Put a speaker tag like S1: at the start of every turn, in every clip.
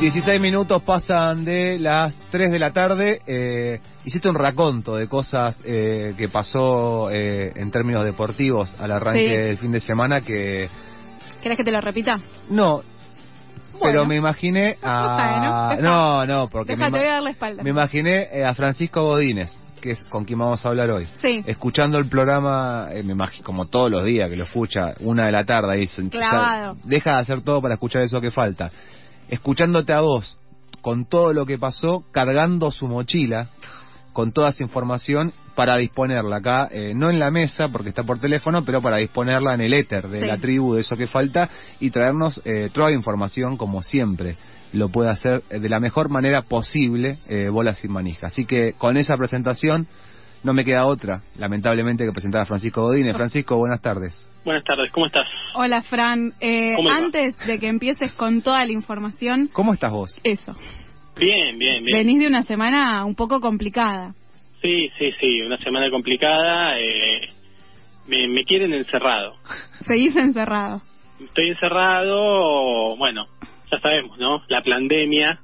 S1: 16 minutos pasan de las 3 de la tarde. Eh, hiciste un raconto de cosas eh, que pasó eh, en términos deportivos al arranque
S2: Sí.
S1: del fin de semana que...
S2: ¿Querés que te lo repita?
S1: No, pero
S2: Bueno.
S1: me imaginé a...
S2: Bueno,
S1: No, no, porque me,
S2: Deja, te voy a
S1: ima-
S2: dar la espalda.
S1: me imaginé eh, a Francisco Godínez, que es con quien vamos a hablar hoy.
S2: Sí,
S1: Escuchando el programa, eh, me imagino, como todos los días que lo escucha, una de la tarde, ahí, se-
S2: Clavado.
S1: ya deja de hacer todo para escuchar eso que falta. Escuchándote a vos, con todo lo que pasó, cargando su mochila, con toda esa información, para disponerla acá, eh, no en la mesa, porque está por teléfono, pero para disponerla en el éter de
S2: Sí.
S1: la tribu, de eso que falta, y traernos eh, toda la información como siempre lo puede hacer eh, de la mejor manera posible, eh, bola sin manija. Así que con esa presentación no me queda otra, lamentablemente, que presentar a Francisco Godínez. Francisco, buenas tardes.
S3: Buenas tardes, ¿cómo estás?
S2: hola Fran. Eh,
S3: ¿Cómo le va?
S2: antes de que empieces con toda la información,
S1: ¿Cómo estás vos?
S2: eso.
S3: Bien, bien, bien.
S2: Venís de una semana un poco complicada.
S3: Sí, sí, sí, una semana complicada. eh, me, me quieren encerrado.
S2: Seguís encerrado.
S3: Estoy encerrado, bueno, ya sabemos, ¿no? La pandemia.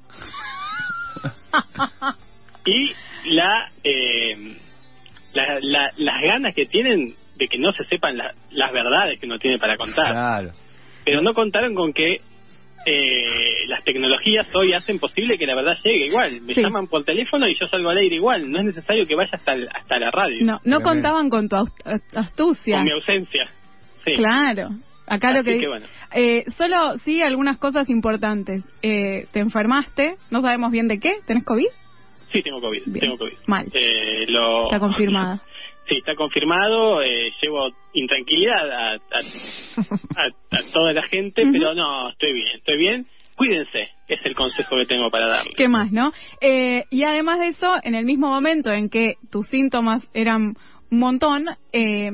S3: y la, eh, la- la- las ganas que tienen de que no se sepan la- las verdades que uno tiene para contar.
S1: Claro.
S3: Pero no contaron con que eh, las tecnologías hoy hacen posible que la verdad llegue igual. Me
S2: Sí.
S3: llaman por teléfono y yo salgo al aire igual. No es necesario que vaya hasta, el- hasta la radio.
S2: No, no
S1: Tremendo.
S2: contaban con tu aust- ast- astucia.
S3: Con mi ausencia. Sí.
S2: Claro. Acá lo
S3: Así
S2: que,
S3: que
S2: di-
S3: bueno.
S2: Eh, solo sí algunas cosas importantes. Eh, te enfermaste, no sabemos bien de qué. ¿Tenés COVID?
S3: Sí, tengo COVID.
S2: Bien.
S3: Tengo COVID.
S2: Mal.
S3: Eh, lo...
S2: Está confirmada.
S3: Sí, está confirmado. eh, llevo intranquilidad a, a- a- a toda la gente,
S2: Ujú.
S3: pero no, estoy bien, estoy bien. Cuídense, es el consejo que tengo para darles.
S2: ¿Qué más, no? Eh, y además de eso, en el mismo momento en que tus síntomas eran un montón, eh,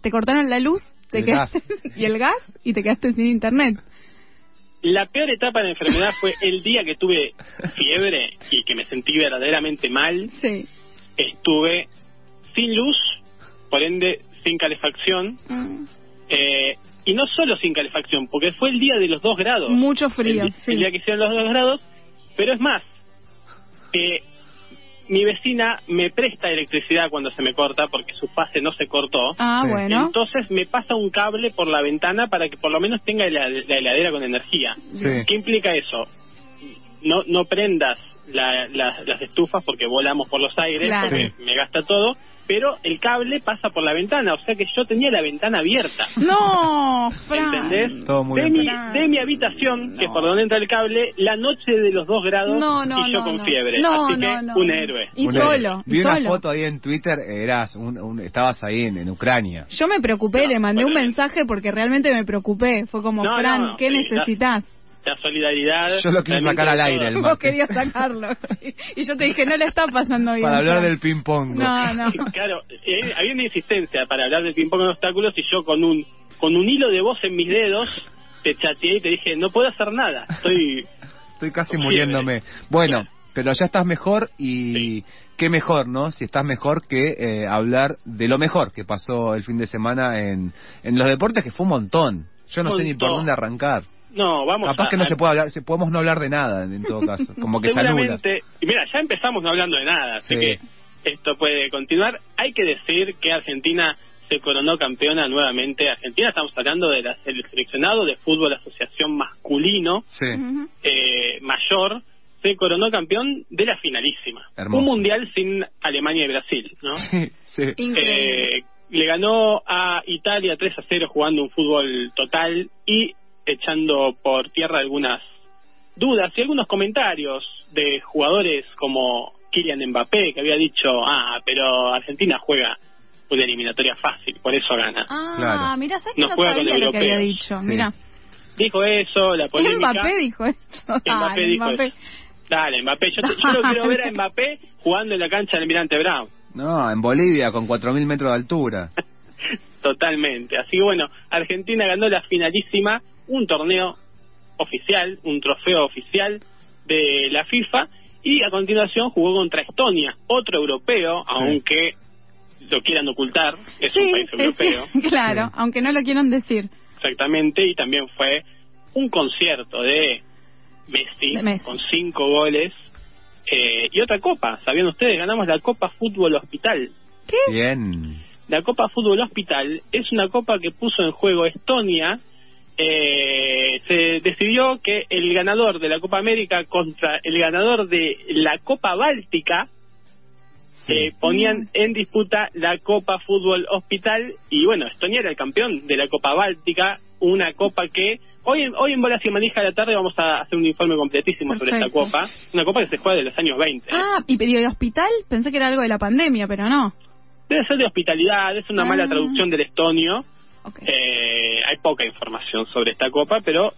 S2: te cortaron la luz te
S1: El
S2: quedaste- y el gas y te quedaste sin internet.
S3: La peor etapa de la enfermedad fue el día que tuve fiebre y que me sentí verdaderamente mal.
S2: Sí.
S3: Estuve sin luz, por ende sin calefacción.
S2: Mm,
S3: eh, y no solo sin calefacción, porque fue el día de los dos grados.
S2: Mucho frío.
S3: El, di-
S2: sí.
S3: el día que hicieron los dos grados. Pero es más, eh, mi vecina me presta electricidad cuando se me corta porque su fase no se cortó.
S2: Ah,
S1: Sí.
S2: bueno.
S3: Entonces me pasa un cable por la ventana para que por lo menos tenga la- la heladera con energía.
S1: Sí.
S3: ¿Qué implica eso? No, no prendas la- la- las estufas porque volamos por los aires,
S2: Claro.
S3: porque me gasta todo, pero el cable pasa por la ventana, o sea que yo tenía la ventana abierta.
S2: No, Fran.
S3: ¿Entendés?
S1: Todo muy
S3: de,
S1: bien
S3: mi,
S2: pensado.
S3: de mi habitación,
S2: No.
S3: que es por donde entra el cable, la noche de los dos grados
S2: No, no,
S3: y yo
S2: no,
S3: con
S2: no.
S3: fiebre.
S2: No,
S3: Así que
S2: no, no.
S3: un héroe.
S2: Y
S1: Un-
S2: solo,
S1: Vi
S2: y
S1: una
S2: solo.
S1: foto ahí en Twitter, eras un, un- estabas ahí en, en Ucrania.
S2: Yo me preocupé,
S3: No,
S2: le mandé un
S3: bueno.
S2: mensaje porque realmente me preocupé. Fue como,
S3: No,
S2: Fran,
S3: no, no,
S2: ¿qué
S3: sí, la-
S2: necesitas?
S3: La solidaridad.
S1: Yo lo quise
S3: realmente
S1: sacar al
S3: todo.
S1: aire, el
S2: Vos
S1: mate.
S2: querías sacarlo. Y yo te dije, no le está pasando bien.
S1: Para hablar
S2: Fran.
S1: del ping-pong.
S2: No, no.
S3: Claro, eh, había una insistencia para hablar del ping-pong en obstáculos y yo con un con un hilo de voz en mis dedos te chateé y te dije, no puedo hacer nada. Estoy...
S1: Estoy casi
S3: Con
S1: muriéndome.
S3: ¿eh?
S1: Bueno, pero ya estás mejor y qué mejor, ¿no? Si estás mejor que eh, hablar de lo mejor que pasó el fin de semana en, en los deportes, que fue un montón. Yo no sé ni por
S3: Montón.
S1: dónde arrancar.
S3: No, vamos
S1: Capaz
S3: a-
S1: que no
S3: a-
S1: se puede hablar, si podemos no hablar de nada en todo caso, como que se anula.
S3: Seguramente... Y mira, ya empezamos no hablando de nada, así
S1: Sí.
S3: que esto puede continuar. Hay que decir que Argentina se coronó campeona nuevamente. Argentina, estamos hablando del seleccionado de fútbol asociación masculino
S1: Sí,
S2: Ujú.
S3: eh, mayor, se coronó campeón de la finalísima.
S1: Hermoso.
S3: Un mundial sin Alemania y Brasil, ¿no?
S1: sí, sí.
S2: Increíble.
S3: Eh, le ganó a Italia 3 a 0 jugando un fútbol total y echando por tierra algunas dudas y algunos comentarios de jugadores como Kylian Mbappé que había dicho, ah, pero Argentina juega una eliminatoria fácil, por eso gana.
S2: ah,
S1: claro.
S2: mirá, ¿sabes que
S3: No
S2: no
S3: juega con
S2: sabía lo que había
S3: europeos.
S2: dicho?
S1: Sí.
S2: Mirá.
S3: Dijo eso, la polémica.
S2: Mbappé dijo esto.
S3: Mbappé
S2: Dale,
S3: dijo
S2: Mbappé.
S3: eso. Dale, Mbappé, yo, te- yo lo quiero ver a Mbappé jugando en la cancha del Mirante Brown.
S1: No, en Bolivia con 4.000 metros de altura.
S3: Totalmente. Así que bueno, Argentina ganó la finalísima, un torneo oficial, un trofeo oficial de la FIFA y a continuación jugó contra Estonia, otro europeo, aunque lo quieran ocultar, es un
S2: Sí,
S3: país
S2: es
S3: europeo,
S2: cierto, claro,
S1: Sí.
S2: aunque no lo quieran decir.
S3: exactamente, y también fue un concierto de Messi Messi,
S2: Messi.
S3: con cinco goles. Eh, y otra copa, sabían ustedes, ganamos la Copa Fútbol Hospital.
S1: Bien.
S3: La Copa Fútbol Hospital es una copa que puso en juego Estonia. Eh, se decidió que el ganador de la Copa América contra el ganador de la Copa Báltica
S1: Sí.
S3: eh, ponían en disputa la Copa Fútbol Hospital y bueno, Estonia era el campeón de la Copa Báltica, una copa que hoy en, hoy en Bolas y Manija de la tarde vamos a hacer un informe completísimo sobre esta
S2: Perfecto.
S3: copa, una copa que se juega de los años 20.
S2: Ah, y pedí de hospital, pensé que era algo de la pandemia, pero no.
S3: Debe ser de hospitalidad, es una
S2: Ah.
S3: mala traducción del estonio,
S2: Ok.
S3: eh, hay poca información sobre esta copa, pero...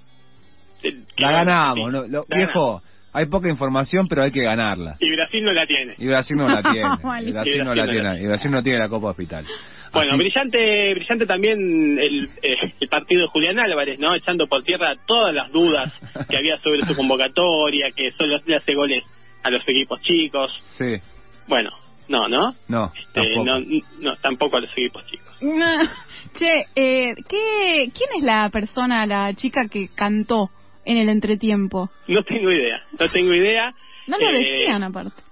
S3: eh,
S1: La ganamos. ¿no? Lo-
S3: La
S1: viejo, hay poca información, pero hay que ganarla.
S3: Y Brasil no la tiene.
S1: Y Brasil no la tiene. Y
S2: Malísimo.
S1: Brasil no la tiene. Y Brasil no tiene la Copa Hospital.
S3: Bueno,
S1: Así-
S3: brillante, brillante también el, eh, el partido de Julián Álvarez, ¿no? Echando por tierra todas las dudas que había sobre su convocatoria, que solo le hace goles a los equipos chicos.
S1: Sí.
S3: Bueno, no, ¿no?
S1: No,
S3: Este,
S1: tampoco.
S3: no, no, tampoco a los equipos chicos.
S2: che, eh, ¿qué, ¿quién es la persona, la chica que cantó en el entretiempo?
S3: No tengo idea, no tengo idea.
S2: No lo
S3: Eh,
S2: decían aparte.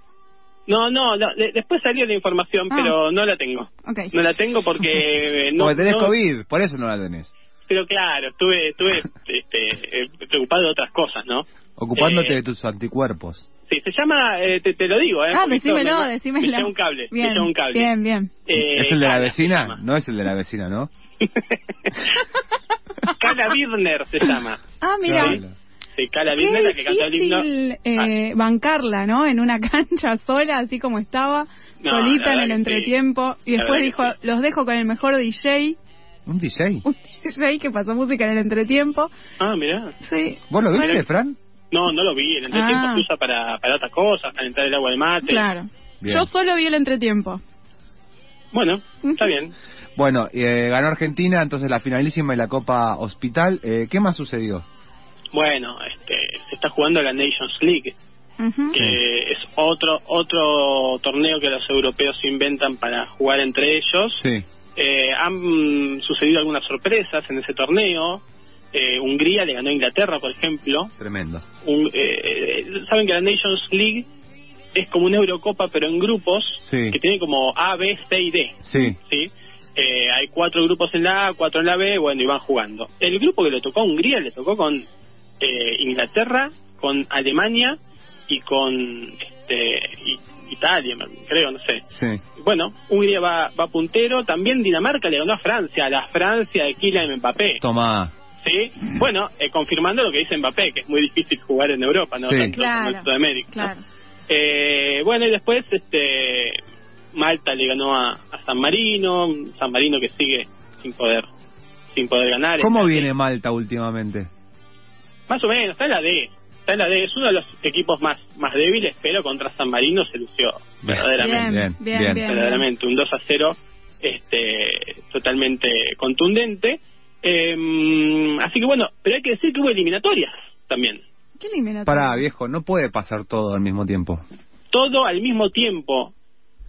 S3: No, no, no, de- después salió la información,
S2: Ah.
S3: pero no la tengo.
S2: Ok.
S3: No la tengo porque... eh, No,
S1: Porque tenés
S3: no-
S1: COVID, por eso no la tenés.
S3: Pero claro, estuve, estuve este, eh, preocupado de otras cosas, ¿no?
S1: Ocupándote
S3: Eh,
S1: de tus anticuerpos.
S3: Sí, se llama, eh, te, te lo digo, ¿eh?
S2: ah,
S3: porque esto
S2: decímelo,
S3: me-
S2: decímelo.
S3: Me lleva un cable, me
S2: Bien,
S3: lleva un cable.
S2: bien, bien.
S3: Eh,
S1: ¿Es el de la
S3: Cala se
S1: vecina?
S3: llama.
S1: No es el de la vecina, ¿no?
S3: Cala Birner se llama.
S2: Ah, mira.
S1: Claro.
S3: Sí, Cala
S2: Qué
S3: Birner, la que canta el himno. Ah.
S2: difícil eh, bancarla, ¿no? En una cancha sola, así como estaba,
S3: No,
S2: solita
S3: la
S2: en el
S3: verdad que
S2: entretiempo. Y
S3: La
S2: después
S3: verdad que
S2: dijo,
S3: sí.
S2: los dejo con el mejor DJ,
S1: ¿Un DJ?
S2: un DJ que pasó música en el entretiempo.
S3: Ah, mirá.
S2: Sí.
S1: ¿Vos lo viste,
S3: Bueno.
S1: Fran?
S3: No, no lo vi. El entretiempo
S2: Ah.
S3: se usa para, para otras cosas, calentar el agua del mate.
S2: Claro.
S1: Bien.
S2: Yo solo vi el entretiempo.
S3: Bueno, está bien.
S1: Bueno, eh, ganó Argentina, entonces la finalísima y la Copa Hospital. Eh, ¿Qué más sucedió?
S3: Bueno, este, se está jugando la Nations League,
S2: Ujú.
S3: que es otro otro torneo que los europeos inventan para jugar entre ellos.
S1: Sí.
S3: Eh, han sucedido algunas sorpresas en ese torneo. Eh, Hungría le ganó a Inglaterra, por ejemplo.
S1: Tremendo.
S3: Un- eh, eh, Saben que la Nations League es como una Eurocopa, pero en grupos
S1: Sí.
S3: que tiene como A, B, C y D.
S1: Sí.
S3: ¿sí? Eh, hay cuatro grupos en la A, cuatro en la B, bueno, y van jugando. El grupo que le tocó a Hungría le tocó con eh, Inglaterra, con Alemania y con este, I- Italia, creo, no sé.
S1: Sí.
S3: Bueno, Hungría va, va puntero. También Dinamarca le ganó a Francia, a la Francia de Kylian Mbappé.
S1: Tomá.
S3: ¿sí? Bueno, eh, confirmando lo que dice Mbappé, que es muy difícil jugar en Europa, no
S1: Sí.
S3: tanto como
S2: Claro,
S3: en Sudamérica. ¿no?
S2: claro.
S3: Eh, bueno, y después este Malta le ganó a, a San Marino, San Marino que sigue sin poder sin poder ganar.
S1: ¿Cómo
S3: Está-
S1: viene Malta últimamente?
S3: Más o menos, está en la D. Está en la D, es uno de los equipos más más débiles, pero contra San Marino se lució
S1: Bien.
S3: verdaderamente.
S1: Bien,
S2: Bien, bien,
S1: bien.
S2: bien.
S3: verdaderamente un 2 a 0 este totalmente contundente Em, así que bueno pero hay que decir que hubo eliminatorias también
S2: ¿Qué eliminatoria?
S1: Pará, viejo, no puede pasar todo al mismo tiempo.
S3: todo al mismo tiempo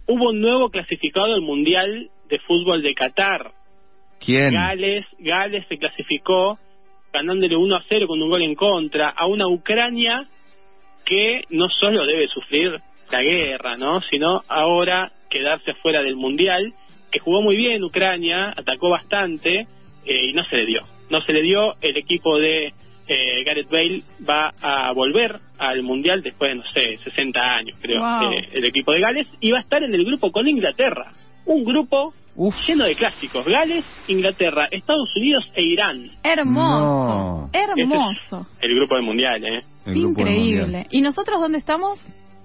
S3: hubo un nuevo clasificado al mundial de fútbol de Qatar
S1: ¿Quién?
S3: Gales Gales se clasificó ganándole 1 a 0 con un gol en contra a una Ucrania que no solo debe sufrir la guerra, ¿no? sino ahora quedarse fuera del mundial, que jugó muy bien Ucrania, atacó bastante eh, y no se le dio. No se le dio, el equipo de eh, Gareth Bale va a volver al mundial después de, no sé, 60 años, creo,
S2: Wow.
S3: eh, el equipo de Gales, y va a estar en el grupo con Inglaterra, un grupo
S1: Uf.
S3: lleno de clásicos. Gales, Inglaterra, Estados Unidos e Irán.
S2: Hermoso.
S1: No.
S2: Hermoso.
S3: El grupo del mundial, ¿eh?
S1: El grupo del Mundial.
S2: Increíble. ¿Y nosotros dónde estamos?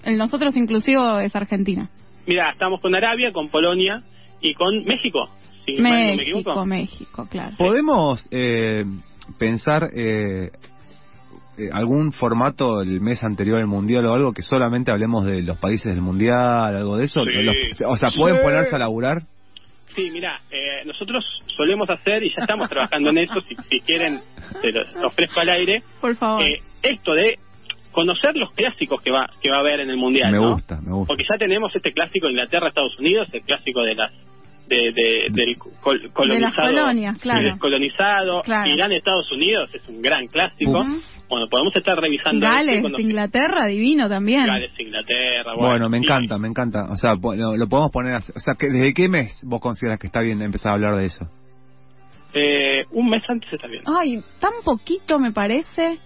S2: El nosotros inclusivo es Argentina.
S3: Mira, estamos con Arabia, con Polonia y con México. Si mal no me
S2: México,
S3: equivoco.
S2: México, claro.
S1: ¿Podemos eh, pensar eh, eh, algún formato el mes anterior al Mundial o algo que solamente hablemos de los países del Mundial, algo de eso?
S3: Sí.
S1: Los- o sea, ¿pueden
S2: Sí.
S1: ponerse a laburar?
S3: Sí, mira, nosotros solemos hacer y ya estamos trabajando en eso. Si, si quieren, te lo lo ofrezco al aire.
S2: Por favor.
S3: Eh, esto de conocer los clásicos que va que va a haber en el mundial.
S1: me
S3: ¿no?
S1: gusta, me gusta.
S3: Porque ya tenemos este clásico de Inglaterra, Estados Unidos, el clásico de las de, de- del col- colonizado,
S2: colonias, claro.
S3: del colonizado.
S2: Claro.
S3: Irán, Estados Unidos es un gran clásico.
S2: Ujú.
S3: bueno, podemos estar revisando.
S2: Gales,
S3: esto cuando-
S2: Inglaterra, divino también.
S3: Gales, Inglaterra. Bueno,
S1: Bueno, me
S3: sí.
S1: encanta, me encanta. O sea, po- lo, lo podemos poner así. O sea, que ¿desde qué mes vos consideras que está bien empezar a hablar de eso?
S3: Eh, un mes antes está bien.
S2: Ay, tan poquito me parece.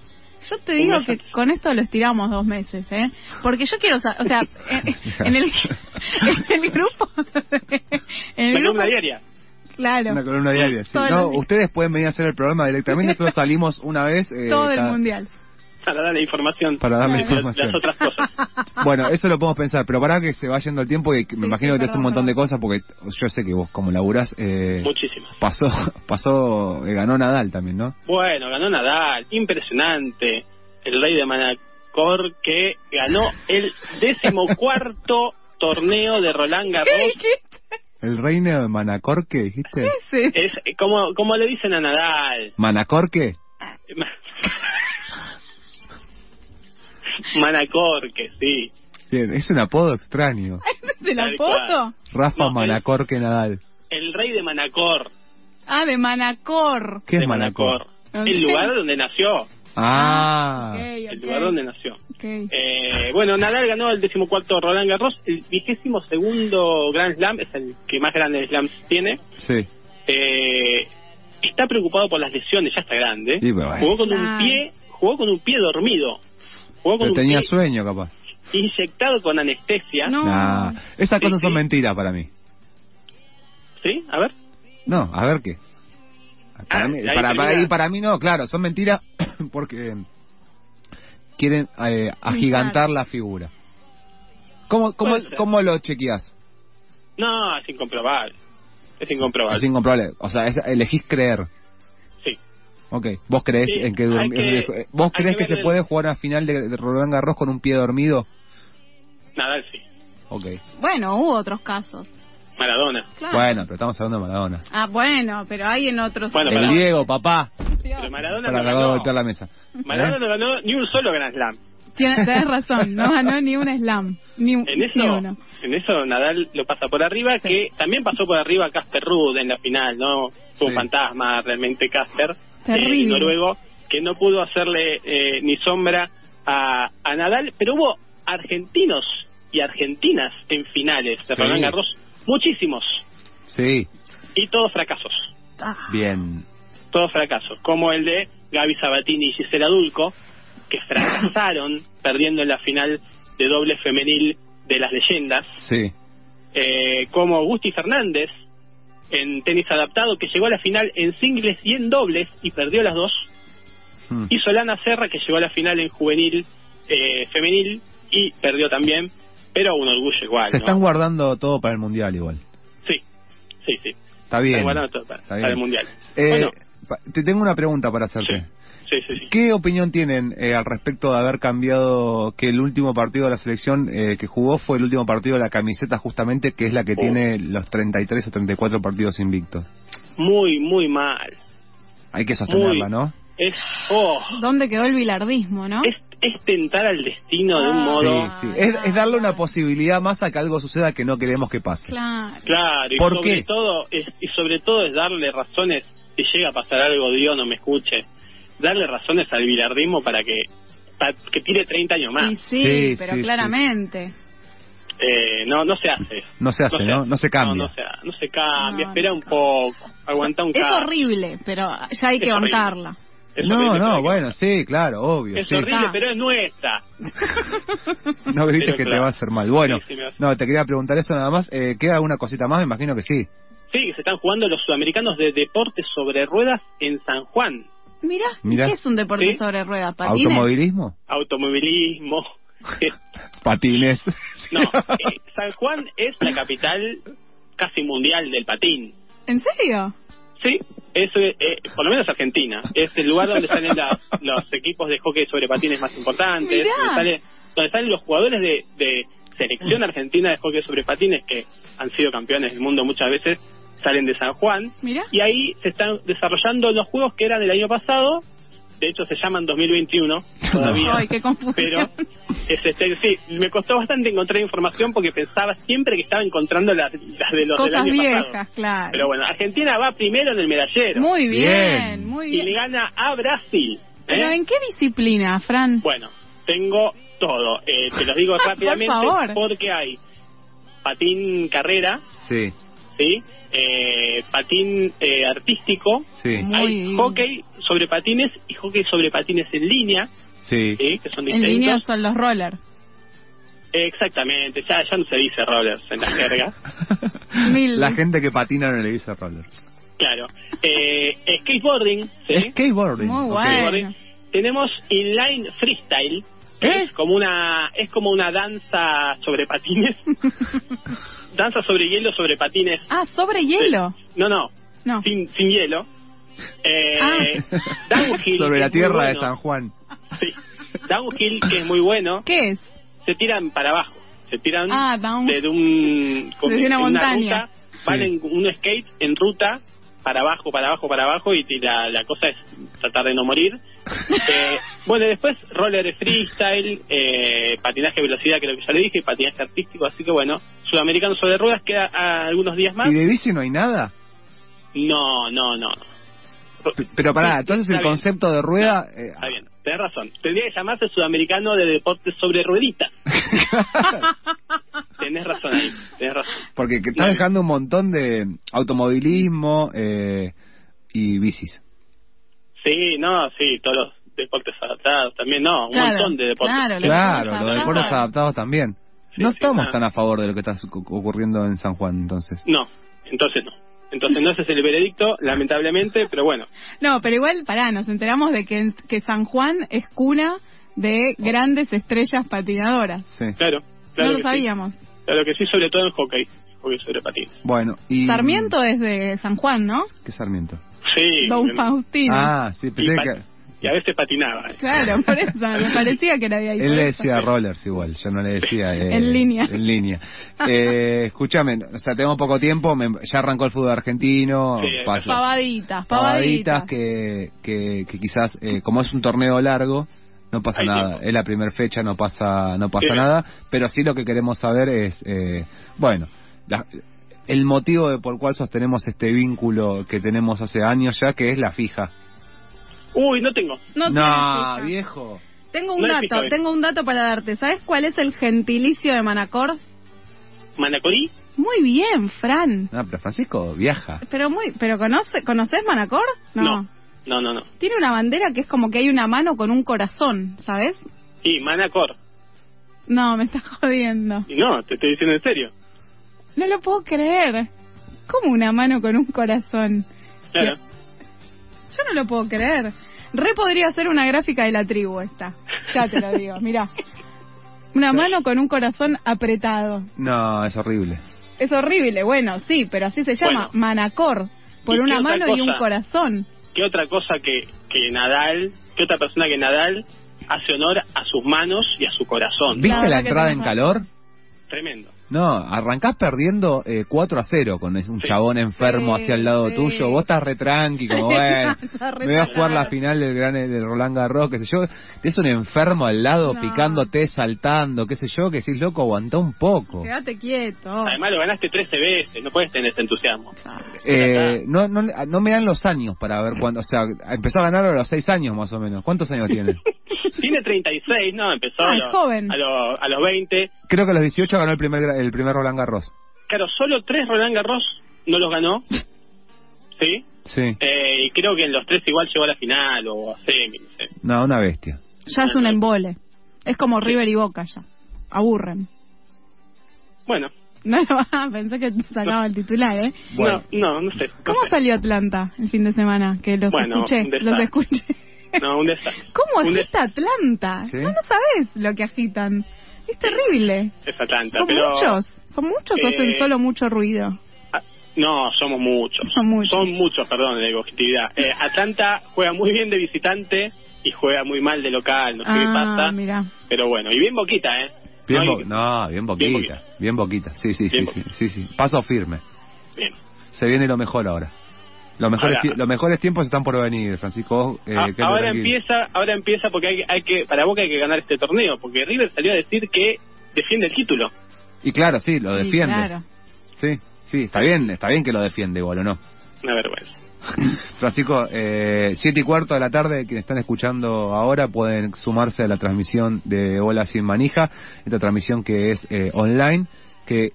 S2: Yo te
S3: Un
S2: digo
S3: mes
S2: que
S3: antes.
S2: con esto lo estiramos dos meses, ¿eh? Porque yo quiero, sa- o sea, en, en el, en el grupo, en el
S3: La
S2: grupo,
S3: columna diaria.
S2: claro,
S1: Una columna diaria. sí.
S2: Todos
S1: No,
S2: los días.
S1: ustedes pueden venir a hacer el programa directamente. Nosotros salimos una vez. eh,
S2: todo el
S1: cada-
S2: mundial.
S3: Para darle información.
S1: Para darle
S3: de-
S1: información.
S3: Las otras cosas.
S1: Bueno, eso lo podemos pensar, pero para que se va yendo el tiempo y que me
S2: Sí,
S1: imagino
S2: sí,
S1: que te hace
S2: perdón,
S1: un montón de
S2: perdón.
S1: cosas porque yo sé que vos como laburás eh,
S3: Muchísimas.
S1: pasó pasó eh, ganó Nadal también, ¿no?
S3: Bueno, ganó Nadal, impresionante. El rey de Manacor que ganó el decimocuarto torneo de Roland Garros.
S1: El reino de Manacorque, dijiste.
S2: Sí.
S3: Es eh, como, como le dicen a Nadal.
S1: Manacorque.
S3: Manacor, que sí.
S1: Bien, es un apodo extraño.
S2: ¿De la
S3: Tal
S2: foto?
S3: cual.
S1: Rafa
S3: No,
S1: Manacorque Nadal.
S3: El rey de Manacor.
S2: Ah, de Manacor.
S1: ¿Qué
S3: de
S1: es Manacor?
S3: El lugar donde nació.
S1: Ah,
S2: Ok,
S3: El
S2: ok,
S3: lugar donde nació.
S2: ok.
S3: Eh, bueno, Nadal ganó el decimocuarto Roland Garros. El vigésimo segundo Grand Slam es el que más grandes slams tiene.
S1: sí.
S3: Eh, está preocupado por las lesiones, ya está grande.
S1: Sí, pero bueno.
S3: Jugó con un
S2: Claro.
S3: pie, jugó con un pie dormido. Jugó con
S1: Pero
S3: un
S1: tenía
S3: pie
S1: sueño, capaz.
S3: inyectado con anestesia.
S2: No.
S1: Nah, Esas
S3: Sí,
S1: cosas son
S3: sí.
S1: mentiras para mí.
S3: ¿Sí? A ver.
S1: No, a ver qué. Para,
S3: Ah,
S1: mí,
S3: ahí
S1: para, para-
S3: termina.
S1: y para mí no, claro, son mentiras porque quieren eh, agigantar la figura. ¿Cómo, cómo,
S3: Puede ser.
S1: cómo lo chequeás?
S3: No, es incomprobable. Es incomprobable.
S1: Es incomprobable. O sea, es- elegís creer.
S3: Sí.
S1: Ok, vos crees
S3: Sí,
S1: en que,
S3: hay
S1: durm- eh,
S3: que-
S1: vos
S3: hay
S1: crees
S3: que
S1: que,
S3: ver
S1: se
S3: el-
S1: puede jugar una final de, de Roland Garros con un pie dormido.
S3: Nadal sí.
S1: Ok.
S2: Bueno, hubo otros casos.
S3: Maradona.
S2: Claro.
S1: Bueno, pero estamos hablando de Maradona.
S2: Ah, bueno, pero hay en otros.
S3: Bueno,
S1: El
S3: pará.
S1: Diego, papá.
S3: Pero Maradona
S1: Para
S3: no
S1: acabo de
S3: ganó.
S1: voltear la mesa.
S3: Maradona
S1: ¿Eh?
S3: no ganó ni un solo Grand Slam.
S2: Tienes tenés razón, no ganó ni un slam, ni, un-
S3: En
S2: ni
S3: eso,
S2: uno.
S3: en eso Nadal lo pasa por arriba, que también pasó por arriba a Casper Ruud en la final, ¿no? Fue un
S1: Sí.
S3: fantasma realmente Casper,
S2: Terrible.
S3: eh, noruego, que no pudo hacerle eh, ni sombra a, a Nadal, pero hubo argentinos y argentinas en finales de
S1: Sí.
S3: Roland Garros, muchísimos,
S1: Sí,
S3: y todos fracasos,
S2: Ah,
S1: bien.
S3: todos fracasos, como el de Gaby Sabatini y Gisela Dulco, que fracasaron perdiendo en la final de doble femenil de las leyendas
S1: Sí.
S3: eh, como Gusti Fernández en tenis adaptado, que llegó a la final en singles y en dobles y perdió las dos,
S1: Hmm.
S3: y Solana Serra, que llegó a la final en juvenil eh, femenil y perdió también, pero un orgullo igual.
S1: Se
S3: ¿no?
S1: están guardando todo para el mundial igual.
S3: Sí, sí, sí.
S1: Está bien.
S3: Están guardando todo para,
S1: Está
S3: para
S1: bien.
S3: el mundial.
S1: Eh,
S3: Bueno,
S1: pa- Te tengo una pregunta para
S3: sí,
S1: hacerte.
S3: sí, sí, sí.
S1: ¿Qué opinión tienen eh, al respecto de haber cambiado que el último partido de la selección eh, que jugó fue el último partido de la camiseta justamente que es la que
S3: Oh.
S1: tiene los 33 o 34 partidos invictos?
S3: Muy, muy mal.
S1: Hay que sostenerla,
S3: Muy.
S1: ¿no?
S3: Es, oh,
S2: ¿Dónde quedó el bilardismo, no?
S3: es, es tentar al destino de un
S2: Ah.
S3: modo...
S1: Sí, sí. Es, es darle una posibilidad más a que algo suceda que no queremos que pase.
S2: Claro.
S3: Claro, y
S1: ¿Por
S3: sobre
S1: qué?
S3: todo es, y sobre todo es darle razones si llega a pasar algo, Dios no me escuche. Darle razones al bilardismo para que pa- que tire 30 años más.
S2: Y sí,
S1: Sí,
S2: pero
S1: sí,
S2: claramente.
S3: Eh, no, no se hace.
S1: No se hace, ¿no? No se cambia.
S3: No, no se, no se cambia,
S2: No,
S3: espera
S2: no
S3: un
S2: se
S3: poco, aguanta un
S2: Es
S3: cambio.
S2: horrible, pero ya hay que
S3: Es horrible.
S2: bancarla.
S3: Es
S1: no,
S3: horrible, pero hay
S1: no,
S3: que-
S1: bueno, sí, claro, obvio.
S3: Es
S1: sí.
S3: horrible,
S2: Ah.
S3: pero es nuestra.
S1: No grites
S3: Pero
S1: que te
S3: claro.
S1: va a hacer mal. Bueno,
S3: Sí, sí, me hace.
S1: no, te quería preguntar eso nada más. Eh, ¿Queda alguna cosita más? Me imagino que sí.
S3: Sí, se están jugando los sudamericanos de deportes sobre ruedas en San Juan.
S2: Mira,
S1: Mirá.
S2: ¿qué es un deporte
S3: Sí.
S2: sobre ruedas? ¿Patines?
S1: ¿Automovilismo?
S3: Automovilismo.
S1: Patines.
S3: no, eh, San Juan es la capital casi mundial del patín.
S2: ¿En serio?
S3: Sí, es, eh, eh, por lo menos Argentina. Es el lugar donde salen la- los equipos de hockey sobre patines más importantes,
S2: Mirá.
S3: donde, sale- donde salen los jugadores de, de selección argentina de hockey sobre patines que han sido campeones del mundo muchas veces, salen de San Juan.
S2: Mira.
S3: Y ahí se están desarrollando los juegos que eran del año pasado, de hecho se llaman 2021 todavía.
S2: Ay, qué confusión.
S3: Pero es este, sí, me costó bastante encontrar información porque pensaba siempre que estaba encontrando las, las de los del
S2: Cosas
S3: año
S2: viejas,
S3: pasado.
S2: claro.
S3: Pero bueno, Argentina va primero en el medallero.
S2: muy bien,
S1: Bien.
S2: muy
S3: y
S2: bien.
S3: le gana a Brasil. ¿eh?
S2: ¿Pero en qué disciplina, Fran?
S3: Bueno, tengo todo. Eh, te los digo rápidamente
S2: favor.
S3: porque hay patín carrera,
S1: Sí,
S3: ¿sí? Eh, patín eh, artístico,
S1: sí,
S2: Muy
S3: hay
S2: bien.
S3: hockey sobre patines y hockey sobre patines en línea,
S1: sí.
S3: ¿sí? que son
S2: En línea
S3: distintos.
S2: son los roller.
S3: Exactamente, ya, ya no se dice rollers en la jerga.
S2: Mil.
S1: La gente que patina no le dice rollers.
S3: Claro. Eh, skateboarding, ¿sí?
S1: Skateboarding.
S2: Muy
S1: ok.
S2: bueno.
S3: Tenemos inline freestyle. que
S1: ¿Eh?
S3: Es como una es como una danza sobre patines. danza sobre hielo sobre patines.
S2: Ah, sobre hielo.
S3: No, no,
S2: No.
S3: sin, sin hielo. Eh,
S2: Ah.
S3: downhill,
S1: Sobre
S3: que
S1: la
S3: es muy
S1: tierra de
S3: bueno.
S1: San Juan.
S3: Sí. Downhill, que es muy bueno,
S2: ¿Qué es?
S3: se tiran para abajo. Se tiran
S2: Ah, down.
S3: desde un como
S2: Desde una
S3: en
S2: montaña.
S3: ruta, van en un skate en ruta para abajo, para abajo, para abajo y y la, la cosa es tratar de no morir. Eh, bueno, y después roller freestyle, eh, patinaje de velocidad, creo que ya le dije, y patinaje artístico, así que bueno, sudamericano sobre ruedas queda a algunos días más.
S1: ¿Y de bici no hay nada?
S3: No, no, no.
S1: P- Pero pará,
S3: Sí,
S1: entonces
S3: está
S1: el
S3: bien.
S1: concepto de rueda... eh,
S3: Está bien, tenés razón. Tendría que llamarse sudamericano de deportes sobre rueditas. tenés razón ahí, tenés razón.
S1: Porque que está
S3: Bien.
S1: dejando un montón de automovilismo eh, y bicis.
S3: Sí, no, sí, todos los deportes adaptados también, no, un
S2: Claro,
S3: montón de deportes.
S2: claro. Pero los
S1: claro,
S2: deportes
S1: los deportes
S2: adaptados.
S1: adaptados también.
S3: Sí,
S1: no
S3: sí,
S1: estamos
S3: claro.
S1: tan a favor de lo que está su- ocurriendo en San Juan, entonces.
S3: No, entonces no. Entonces no ese es el veredicto, lamentablemente, pero bueno,
S2: No, pero igual, pará, nos enteramos de que, que San Juan es cuna de grandes estrellas patinadoras.
S1: Sí.
S3: claro, claro
S2: no
S3: que
S2: lo sabíamos.
S3: sí. Claro que sí, sobre todo en hockey, hockey sobre patines.
S1: Bueno, y...
S2: Sarmiento es de San Juan, ¿no?
S1: ¿Qué Sarmiento?
S3: Sí.
S2: Don
S3: bien.
S2: Faustino.
S1: Ah, sí,
S3: y,
S1: pensé
S3: pa-
S1: que...
S3: y a veces patinaba. eh.
S2: Claro, por eso, me parecía que era de ahí.
S1: Él le
S2: por eso.
S1: decía rollers igual, yo no le decía... eh,
S2: En línea.
S1: En línea. Eh, escúchame, o sea, tenemos poco tiempo, me- ya arrancó el fútbol argentino,
S3: Sí, hay
S1: pasa-
S2: Pavaditas,
S1: pavaditas
S2: pavaditas.
S1: que, que, que quizás eh, como es un torneo largo no pasa
S3: Hay
S1: nada
S3: tiempo.
S1: es la primera fecha no pasa no pasa
S3: Sí.
S1: nada pero sí lo que queremos saber es eh, bueno la- el motivo de por cual sostenemos este vínculo que tenemos hace años ya que es la fija
S3: Uy, no tengo.
S2: No, tiene fija.
S1: viejo
S2: Tengo un
S3: No hay
S2: dato,
S3: fija, ¿eh?
S2: tengo un dato para darte. ¿Sabes cuál es el gentilicio de Manacor?
S3: ¿Manacorí?
S2: Muy bien, Fran.
S1: no, pero Francisco viaja
S2: Pero muy, pero conoce, ¿conoces Manacor?
S3: No. No, no, no.
S2: Tiene una bandera que es como que hay una mano con un corazón, ¿sabes?
S3: Y Manacor.
S2: No, me estás jodiendo.
S3: Y no, te estoy diciendo en serio.
S2: No lo puedo creer. ¿Cómo una mano con un corazón?
S3: Claro.
S2: Yo no lo puedo creer. Re podría ser una gráfica de la tribu esta. Ya te lo digo, mirá. Una mano con un corazón apretado.
S1: no es horrible
S2: Es horrible, bueno, sí, pero así se llama,
S3: Bueno.
S2: manacor.
S3: ¿Y
S2: Por
S3: qué
S2: una
S3: otra
S2: mano y un
S3: cosa?
S2: corazón.
S3: ¿Qué otra cosa que, que Nadal, qué otra persona que Nadal hace honor a sus manos y a su corazón?
S1: viste
S2: verdad
S1: la
S2: que
S1: entrada en
S2: tenés
S1: calor
S3: Tremendo.
S1: No, arrancás perdiendo eh, 4 a 0 con un
S3: Sí.
S1: chabón enfermo
S2: Sí,
S1: hacia el lado
S2: sí.
S1: tuyo. Vos estás re tranqui, como bueno.
S2: Estás re
S1: Me voy a
S2: tranqui.
S1: jugar la final del gran del Roland Garros, qué sé yo. Es un enfermo al lado,
S2: No.
S1: picándote, saltando, qué sé yo, que decís, loco, aguantá un poco.
S2: Quédate quieto.
S3: Además lo ganaste 13 veces, no puedes tener ese entusiasmo.
S1: Eh, no, no, no me dan los años para ver cuándo. O sea, empezó a ganar a los 6 años más o menos. ¿Cuántos años tiene?
S3: Tiene 36, no, empezó
S2: Ah,
S3: a,
S2: es
S3: los-
S2: joven.
S3: a los- a los 20.
S1: Creo que a los 18 ganó el primer, gra- el primer Roland Garros.
S3: Claro, solo tres Roland Garros no los ganó. ¿Sí?
S1: Sí.
S3: Eh, y creo que en los tres igual llegó a la final o a semi, no sé.
S1: No, una bestia.
S2: Ya es un embole. Es como River y Boca ya. Aburren.
S3: Bueno,
S2: No, no, pensé que sacaba el titular, ¿eh?
S1: Bueno.
S3: no, no, no sé. no
S2: ¿Cómo
S3: sé.
S2: salió Atlanta el fin de semana? Que los
S3: Bueno,
S2: escuché,
S3: un desastre.
S2: los escuché.
S3: No, un desastre.
S2: ¿Cómo
S3: Un
S2: agita Atlanta?
S1: ¿Sí?
S2: No, no sabes lo que agitan. Es terrible.
S3: des- Es Atlanta,
S2: Son
S3: pero...
S2: muchos. Son muchos o hacen
S3: Eh,
S2: solo mucho ruido.
S3: Ah, No, somos muchos.
S2: Son muchos.
S3: Son muchos, perdón, le digo, objetividad. Eh, Atlanta juega muy bien de visitante y juega muy mal de local, no sé qué
S2: ah,
S3: pasa.
S2: mira.
S3: Pero bueno, y bien boquita, ¿eh?
S1: Bien
S3: No
S1: no,
S3: hay-
S1: no, bien
S3: bien
S1: boquita. Bien boquita. Sí, sí, sí,
S3: Bien
S1: sí,
S3: boquita.
S1: sí, sí. Paso firme.
S3: Bien.
S1: Se viene lo mejor ahora. Los mejores, tie-
S3: Ahora.
S1: los mejores tiempos están por venir, Francisco. Eh,
S3: Ah,
S1: quédate
S3: ahora
S1: tranquilo.
S3: empieza, ahora empieza porque hay, que- hay que para Boca hay que ganar este torneo, porque River salió a decir que defiende el título.
S1: Y claro, sí, lo
S2: Sí,
S1: defiende.
S2: claro.
S1: Sí, sí, está bien, está bien que lo defiende igual o no.
S3: Una vergüenza.
S1: Francisco, eh, siete y cuarto de la tarde, quienes están escuchando ahora pueden sumarse a la transmisión de Hola Sin Manija, esta transmisión que es eh, online, que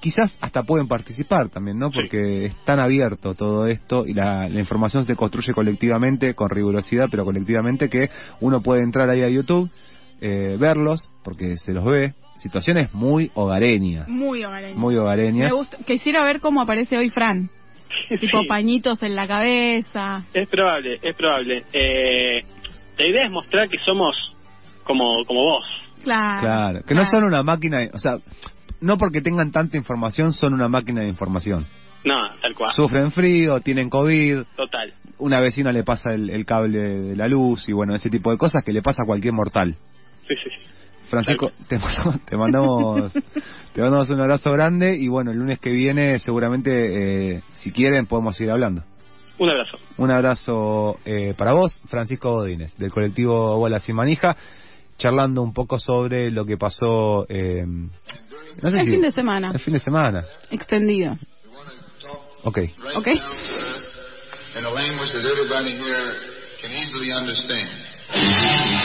S1: quizás hasta pueden participar también, ¿no? Porque es tan abierto todo esto y la, la información se construye colectivamente, con rigurosidad, pero colectivamente, que uno puede entrar ahí a YouTube, eh, verlos, porque se los ve, situaciones muy hogareñas,
S2: Muy hogareño.
S1: muy
S2: Me
S1: hogareñas.
S2: gusta. Quisiera ver cómo aparece hoy Fran. Tipo
S3: Sí.
S2: pañitos en la cabeza.
S3: Es probable, es probable. Eh, la idea es mostrar que somos como, como vos.
S2: Claro.
S1: Claro, que no
S2: claro.
S1: son una máquina, de- o sea, no porque tengan tanta información, son una máquina de información.
S3: No, tal cual.
S1: Sufren frío, tienen COVID,
S3: Total.
S1: una vecina le pasa el, el cable de la luz y bueno, ese tipo de cosas que le pasa a cualquier mortal.
S3: Sí, sí, sí.
S1: Francisco, te mandamos, te mandamos, te mandamos un abrazo grande y bueno, el lunes que viene seguramente, eh, si quieren, podemos seguir hablando.
S3: Un abrazo.
S1: Un abrazo eh, para vos, Francisco Godínez, del colectivo Bola Sin Manija, charlando un poco sobre lo que pasó eh, no sé
S2: El
S1: si-
S2: fin de semana.
S1: El fin de semana,
S2: Extendido.
S1: ok.
S2: Ok.
S4: in a language that everybody here can easily understand.